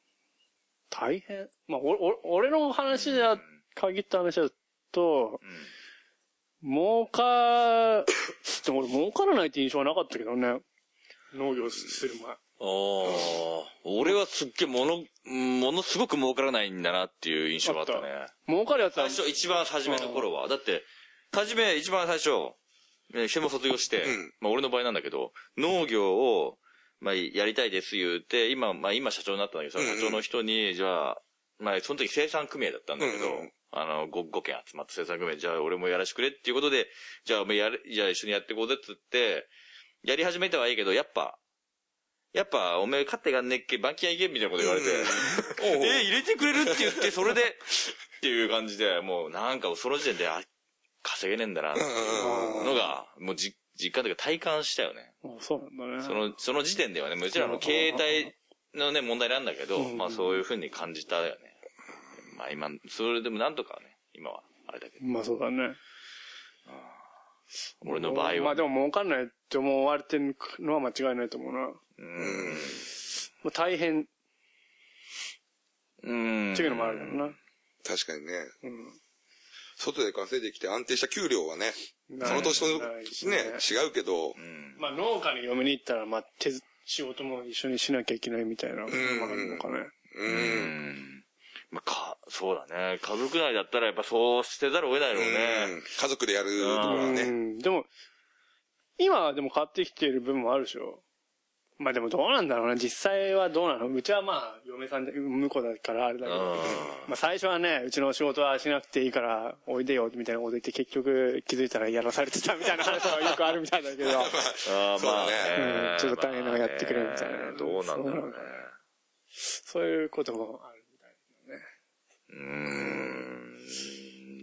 大変まあ、お、お、俺の話だ、限った話だと、儲か、でも俺儲からないって印象はなかったけどね。農業する前。ああ。俺はすっげえもの、ものすごく儲からないんだなっていう印象があったね。儲かるやつは最、初、一番初めの頃は。だって、初め、一番最初、ね、専門卒業して、うんまあ俺の場合なんだけど、農業を、まあ、やりたいです言うて、今、まあ、今社長になったんだけどさ、うんうん社長の人に、じゃあ、まあ、その時生産組合だったんだけど、うんうんあの、5, 件集まった生産組合、じゃあ俺もやらしてくれっていうことで、じゃあ、お前やる、じゃあ一緒にやってこうぜっつって、やり始めたはいいけど、やっぱ、やっぱ、おめえ勝ってがんねっけ、板金屋行けみたいなこと言われて、おうおうえー入れてくれるって言って、それで、っていう感じで、もうなんかその時点で、あ、稼げねえんだな、うんうんうんのが、もうじ、実感というか体感したよね。あそうなんだね。その、その時点ではね、もちろんあの携帯のね、問題なんだけど、うんまあそういう風に感じたよね。まあ今、それでもなんとかね、今は、あれだけど。まあそうだね。俺の場合はね。まあでも儲かんないって思われてるのは間違いないと思うな。うん。まあ大変っうん。ていうのもあるだろうな。確かにね。うん外で稼いできて安定した給料はね、その年のないですね、違うけど、うん。まあ農家に嫁に行ったら、まあ手ず仕事も一緒にしなきゃいけないみたいなのがあるのかね。う。うんん。まあか、そうだね。家族内だったらやっぱそうしてざるを得ないろううね。ん家族でやるところはうね。ん。でも、今はでも買ってきている分もあるでしょ。まあでもどうなんだろうな。実際はどうなのうちはまあ嫁さんで、向こうだからあれだうけん。ど。まあ最初はね、うちの仕事はしなくていいから、おいでよ、みたいなこと言って、結局気づいたらやらされてたみたいな話はよくあるみたいだけ ど。あーそうだねうんちょっと大変なのやってくれみたいなまあねどうなんだろうね。そういうこともある。うーん。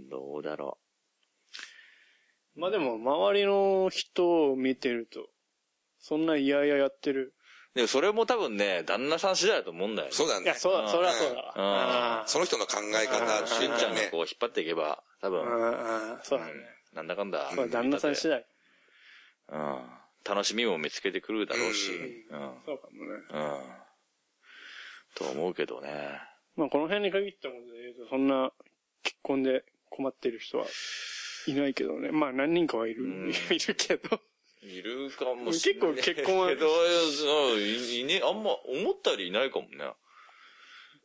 どうだろまあでも、周りの人を見てると、そんな嫌々やってる。う。でもそれも多分ね、旦那さん次第だと思うんだよね。そうだいねや、。そうだ、それはそうだわ。その人の考え方ってしいうんちゃかんがねこ。う引っ張っていけば、多う分、んうんうん、そうだね。なんだかんだ。そうだ旦那さん次第。うん。楽しみも見つけてくるだろうし。うん。そうかもね。うん。と思うけどね。まあこの辺に限ったことで言うと、そんな結婚で困ってる人はいないけどね。まあ何人かはいる、う んいるけど。いるかもしれない結構結婚はけ ど、うんいいね、あんま思ったよりいないかもね。でも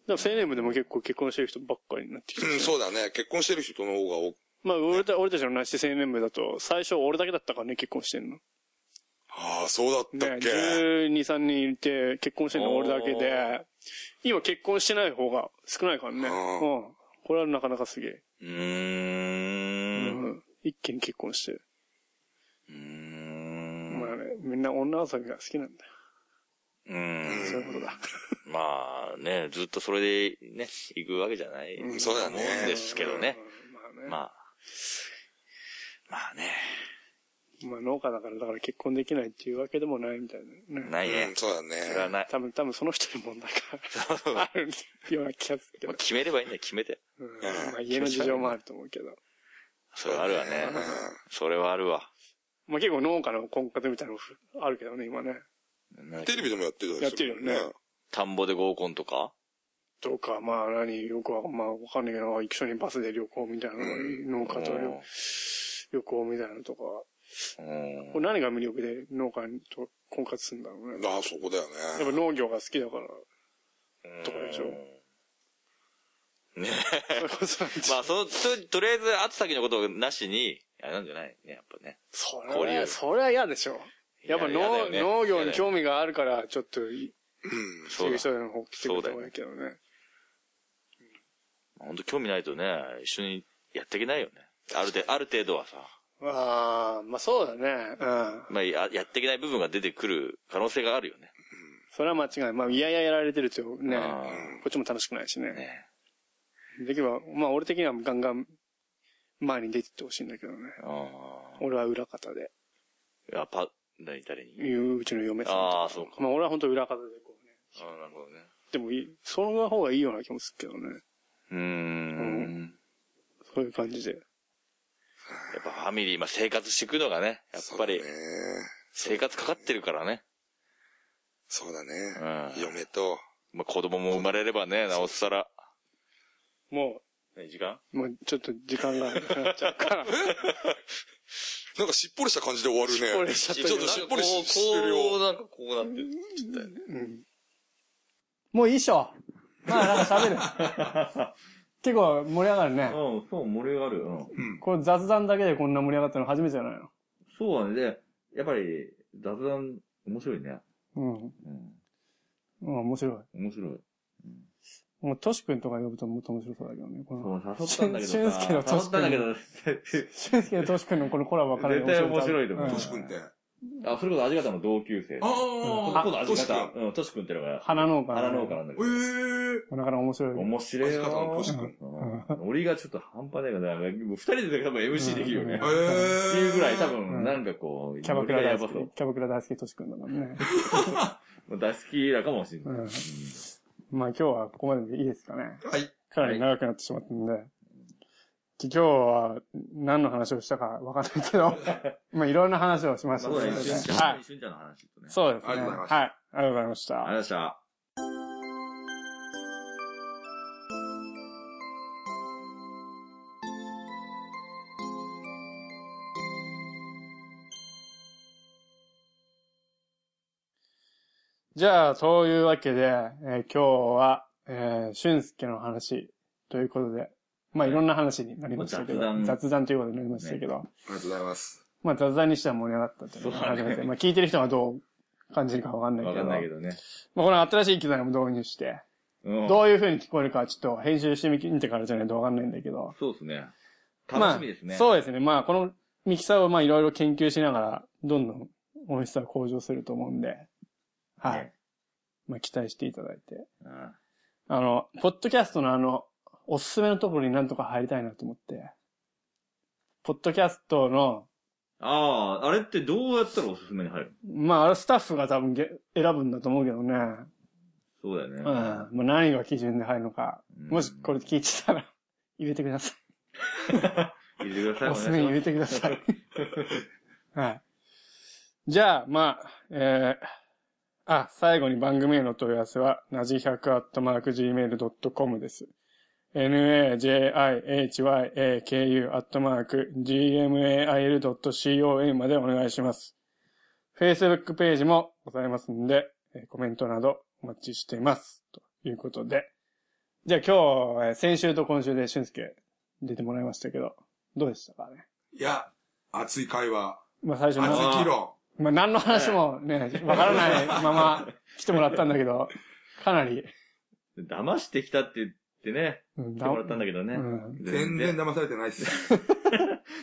青年部でも結構結婚してる人ばっかりになってきてうん、そうだね。結婚してる人の方が多くまあ俺た俺たちのなして青年部だと、最初俺だけだったからね、結婚してんの。ああ、そうだったねっ、け。 12、3人いて、結婚してんの俺だけで、今結婚してない方が少ないからね。あーうん。これはなかなかすげえ。うーん。うん一気に結婚して。うまあん。ね、みんな女遊びが好きなんだよ。うん。そういうことだ。まあね、ずっとそれでね、行くわけじゃない。うんそうだねと思うんですけどね。うん。まあね。まあ。まあね。まあ農家だから、だから結婚できないっていうわけでもないみたいなね。ないねうん、。そうだそれはね。ない。多分、多分その人に問題が あるような気がするけもうど。決めればいいんだよ、決めて。うんまあ家の事情もあると思うけど。それはあるわね。それはあるわ。まあ結構農家の婚活みたいなのふあるけどね、今ね。テレビでもやってたりするやってるよね田んぼで合コンとかとか、まあ何、よくわ、まあわかんないけど、一緒にバスで旅行みたいなのが、農家と旅旅行みたいなのとか。うんこれ何が魅力で農家と婚活するんだろうね。ああ、そこだよやっぱね。農業が好きだから。とかでしょねそまあ、その、と、とりあえず、会った先のことなしに、あれなんじゃないね、やっぱね。そ交れ流は、それは嫌でしょ。やっぱいやだ農よね農業に嫌だよね興味があるから、ちょっと、うん。そういうそう人の方来てくれた方がいいけどね。だ。本当興味ないとね、一緒にやっていけないよね。ある程度、ある程度はさ。ああ、まあそうだね。うん。まあ、ややっていけない部分が出てくる可能性があるよね。それは間違いない。まあ、いやいややられてるとね、あこっちも楽しくないしね。ねできれば、まあ俺的にはガンガン前に出てってほしいんだけどね。あ俺は裏方で。あ。あ、パ、何、誰にいううちの嫁さんとああ、そうか。まあ俺は本当裏方でこうね。ああ、なるほどね。でもいい、その方がいいような気もするけどね。うーん。そういう感じで。やっぱファミリー、まあ生活していくのがね、やっぱりそうだね。生活かかってるからね。そうだうね。ん嫁と。まあ子供も生まれればね、なおさら。もね、時間う、もうちょっと時間がなくなっちゃう から。なんかしっぽりした感じで終わるね。しっぽりしちゃったけどちょっとしっぽりししてるこう、よ。なんかこうなってる。もういいっしょ。まあなんか喋る。 結構盛り上がるね。うん、そう、盛り上がる。うん。こう雑談だけでこんな盛り上がったの初めてじゃないのそうだね。で、やっぱり雑談面白いね。うん。うん。うん、面白い。面白い。もう、トシ君とか呼ぶともっと面白そうだけどね。この、そう、誘ったんだけどさ。俊介の誘ったんだけど、俊介とトシ君のこのコラボはかなり絶対面白いと思ううんトシ君って。あ、それこそ味方の同級生。あ今度あ味君。方、うん、トシ君っていうのが、花農家花農家なんだけえど。なかなか面白い。面白いよ。味方のトシ君うん俺がちょっと半端ないから、もう二人で多分 MC できるよね。えっうんてえー。いうぐらい多うん分、なんかこう、キャバクラ俺がや大ば好きそ、キャバクラ大好きトシ君だからね。う。大好きだかもしれうない。んまあ今日はここまででいいですかね。はい。かなり長くなってしまったんで。今日は何の話をしたかわかんないけ ど、まあいろんな話をしましたそうだね、んしゅんちゃん。はい。しゅんちゃんの話とね。そうですね。あはい。ありりがとうごがとうござざいました。ありがとうございました。じゃあ、そういうわけで、えー今日は、えー、俊介の話ということで、まあ、いろんな話になりましたけど、雑談ということになりましたけど、ありがとうございます。まあ、雑談にしては盛り上がったというのがそうだね初めてまあ、聞いてる人はどう感じるかわかんないわけかど、んまなあ、いこけどね。の新しい機材も導入して、うんどういう風に聞こえるかはちょっと編集してみてからじゃないとわかんないんだけど、そうですね。楽しみですまね。あ、そうですね。まあ、このミキサーをまあ、いろいろ研究しながら、どんどん音質は向上すると思うんで、はい。ねまあ、期待していただいて。うんあの、ポッドキャストのあの、おすすめのところになんとか入りたいなと思って。ポッドキャストの、ああ、あれってどうやったらおすすめに入るまあ、あれスタッフが多分げ選ぶんだと思うけどね。そうだよね。うん。まあ、何が基準で入るのか。うんもし これ聞いてたら、入れてくださ入れてください。い。おすすめに入れてください。はい。じゃあ、まあ、えー、あ、最後に番組への問い合わせは、なじ100 gmail.com です。najihyaku.gmail.com までお願いします。Facebook ページもございますんで、えーコメントなどお待ちしています。ということで。じゃあ今日、えー先週と今週で俊介出てもらいましたけど、どうでしたかね。いや、熱い会話、まあ最初熱のい議論。まあ、何の話もね、わからないまま来てもらったんだけど、かなり、騙してきたって言ってね、うん、来てもらったんだけどね。うん全然。騙されてないっす。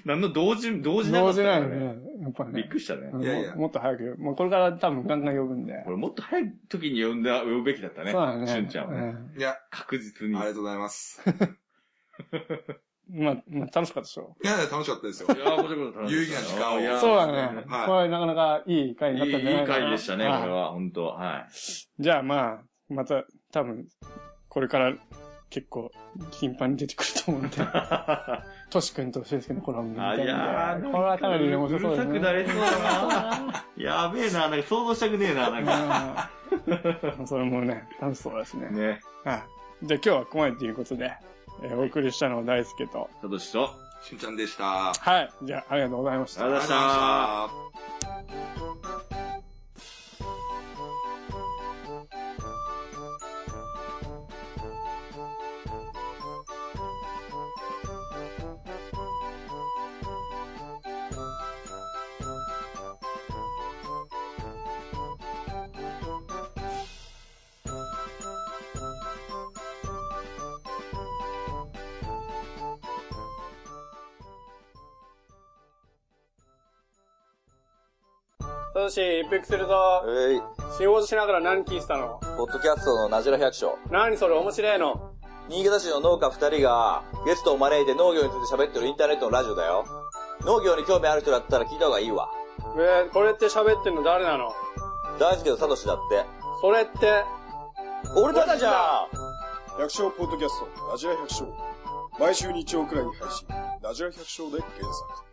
何の同時、同時なか同った時かならのねね。やっぱりびっね。くりしたねう。んいやいやももっと早く、もうこれから多分ガンガン呼ぶんで。これもっと早い時に呼んだ、呼ぶべきだったね。そうだね。しゅんちゃんをね。いや、確あ実りに。がとうございます。うんまあ、まあ、楽しかったでしょ。いや、楽しかったですよ。いやーこちらこそ楽し有意義な時間をいやーそうだね。はいこれなかなかいい回にいなっい、たんじゃないいいかな。回でしたね、こはいれは。本当 はじゃあまあ、また多分、これから結構頻繁に出てくると思うんで、い。トシ君と俊介のコラボも見たあ、いんいでやー、、これはかなり面白そうですうるさくねな。れそうだな。やべえな、なんか想像したくねえな、なんか。うんそれもね、楽しそうだしね。ね。はい。じゃあ今日はここまでということで、えーお送りしたのは大輔と。サトシと。しゅんちゃんでした。あはい。じゃあありがとうございましたありがとうございました。トシ、一服するぞ。えい、仕事しながら何聞いてたのポッドキャストのなじら百姓。何それ面白いの。新潟市の農家二人がゲストを招いて農業について喋ってるインターネットのラジオだよ。農業に興味ある人だったら聞いた方がいいわ。えーこれって喋ってんの誰なの大輔とサトシだって。それって、俺たちだ百姓ポッドキャスト、ラジラ百姓。毎週日曜くらいに配信、ラジラ百姓で検索。